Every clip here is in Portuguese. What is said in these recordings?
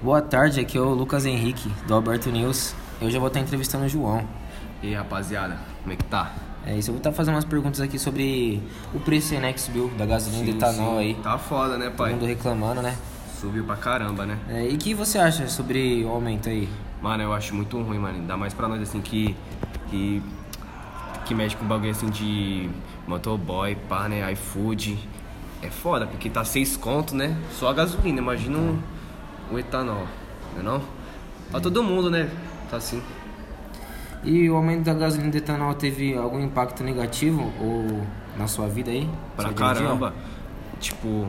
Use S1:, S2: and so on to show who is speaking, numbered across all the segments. S1: Boa tarde, aqui é o Lucas Henrique, do Alberto News. Eu já vou estar entrevistando o João.
S2: E aí, rapaziada, como é que tá?
S1: É isso, eu vou estar fazendo umas perguntas aqui sobre o preço né, que subiu da gasolina e do etanol aí.
S2: Tá foda, né,
S1: Todo
S2: pai?
S1: mundo reclamando, né?
S2: Subiu pra caramba, né?
S1: É, e o que você acha sobre o aumento aí?
S2: Mano, eu acho muito ruim, mano. Ainda mais pra nós, assim, que. que. que mexe com bagulho assim de. motoboy, pá, né? iFood. É foda, porque tá seis conto, né? Só a gasolina, imagina um- o etanol, né? Não? Pra todo mundo, né? Tá assim.
S1: E o aumento da gasolina e do etanol teve algum impacto negativo ou na sua vida aí?
S2: Pra
S1: Seu dia a dia?
S2: caramba. Tipo,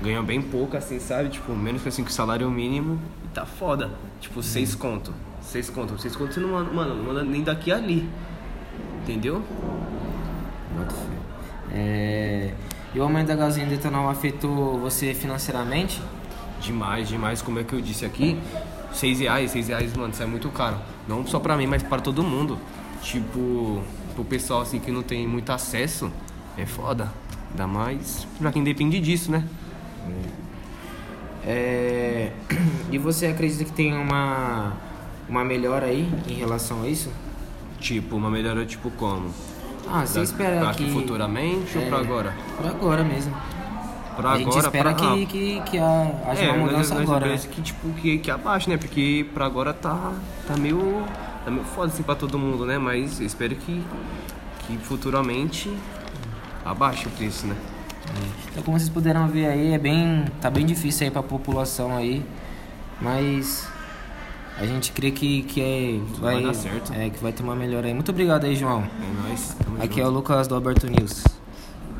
S2: ganhou bem pouco, assim, sabe? Tipo, menos que assim que o salário mínimo. E tá foda. Tipo, seis conto. Seis conto. Seis conto você não manda, mano, não manda nem daqui a ali. Entendeu?
S1: Boto fé. tá É, E o aumento da gasolina e do etanol afetou você financeiramente?
S2: Demais, demais. Como é que eu disse aqui? Seis reais, seis reais, mano, isso é muito caro. Não só pra mim, mas pra todo mundo. Tipo, pro pessoal assim que não tem muito acesso, é foda. Ainda mais pra quem depende disso, né?
S1: É, E você acredita que tem uma, uma melhora aí em relação a isso?
S2: Tipo, uma melhora tipo como?
S1: Ah, você
S2: Da-
S1: espera
S2: pra
S1: que...
S2: futuramente ou
S1: É,
S2: pra agora?
S1: Pra agora mesmo.
S2: Pra
S1: a gente
S2: agora,
S1: espera
S2: pra...
S1: que, que, que a-
S2: ah,
S1: haja
S2: é,
S1: uma
S2: nós-
S1: mudança
S2: nós
S1: agora.
S2: esperamos
S1: né?
S2: que, tipo, que, que abaixe, né? Porque pra agora tá, tá meio... Tá meio foda, assim, pra todo mundo, né? Mas eu espero que, que futuramente abaixe o preço, né?
S1: Então, como vocês puderam ver aí, é bem, tá bem difícil aí pra população aí, mas a gente crê que, que é, vai,
S2: vai dar certo.
S1: é, que vai ter uma melhora aí. Muito obrigado aí, João.
S2: É nóis, tamo
S1: Aqui
S2: junto.
S1: é o Lucas do Alberto News.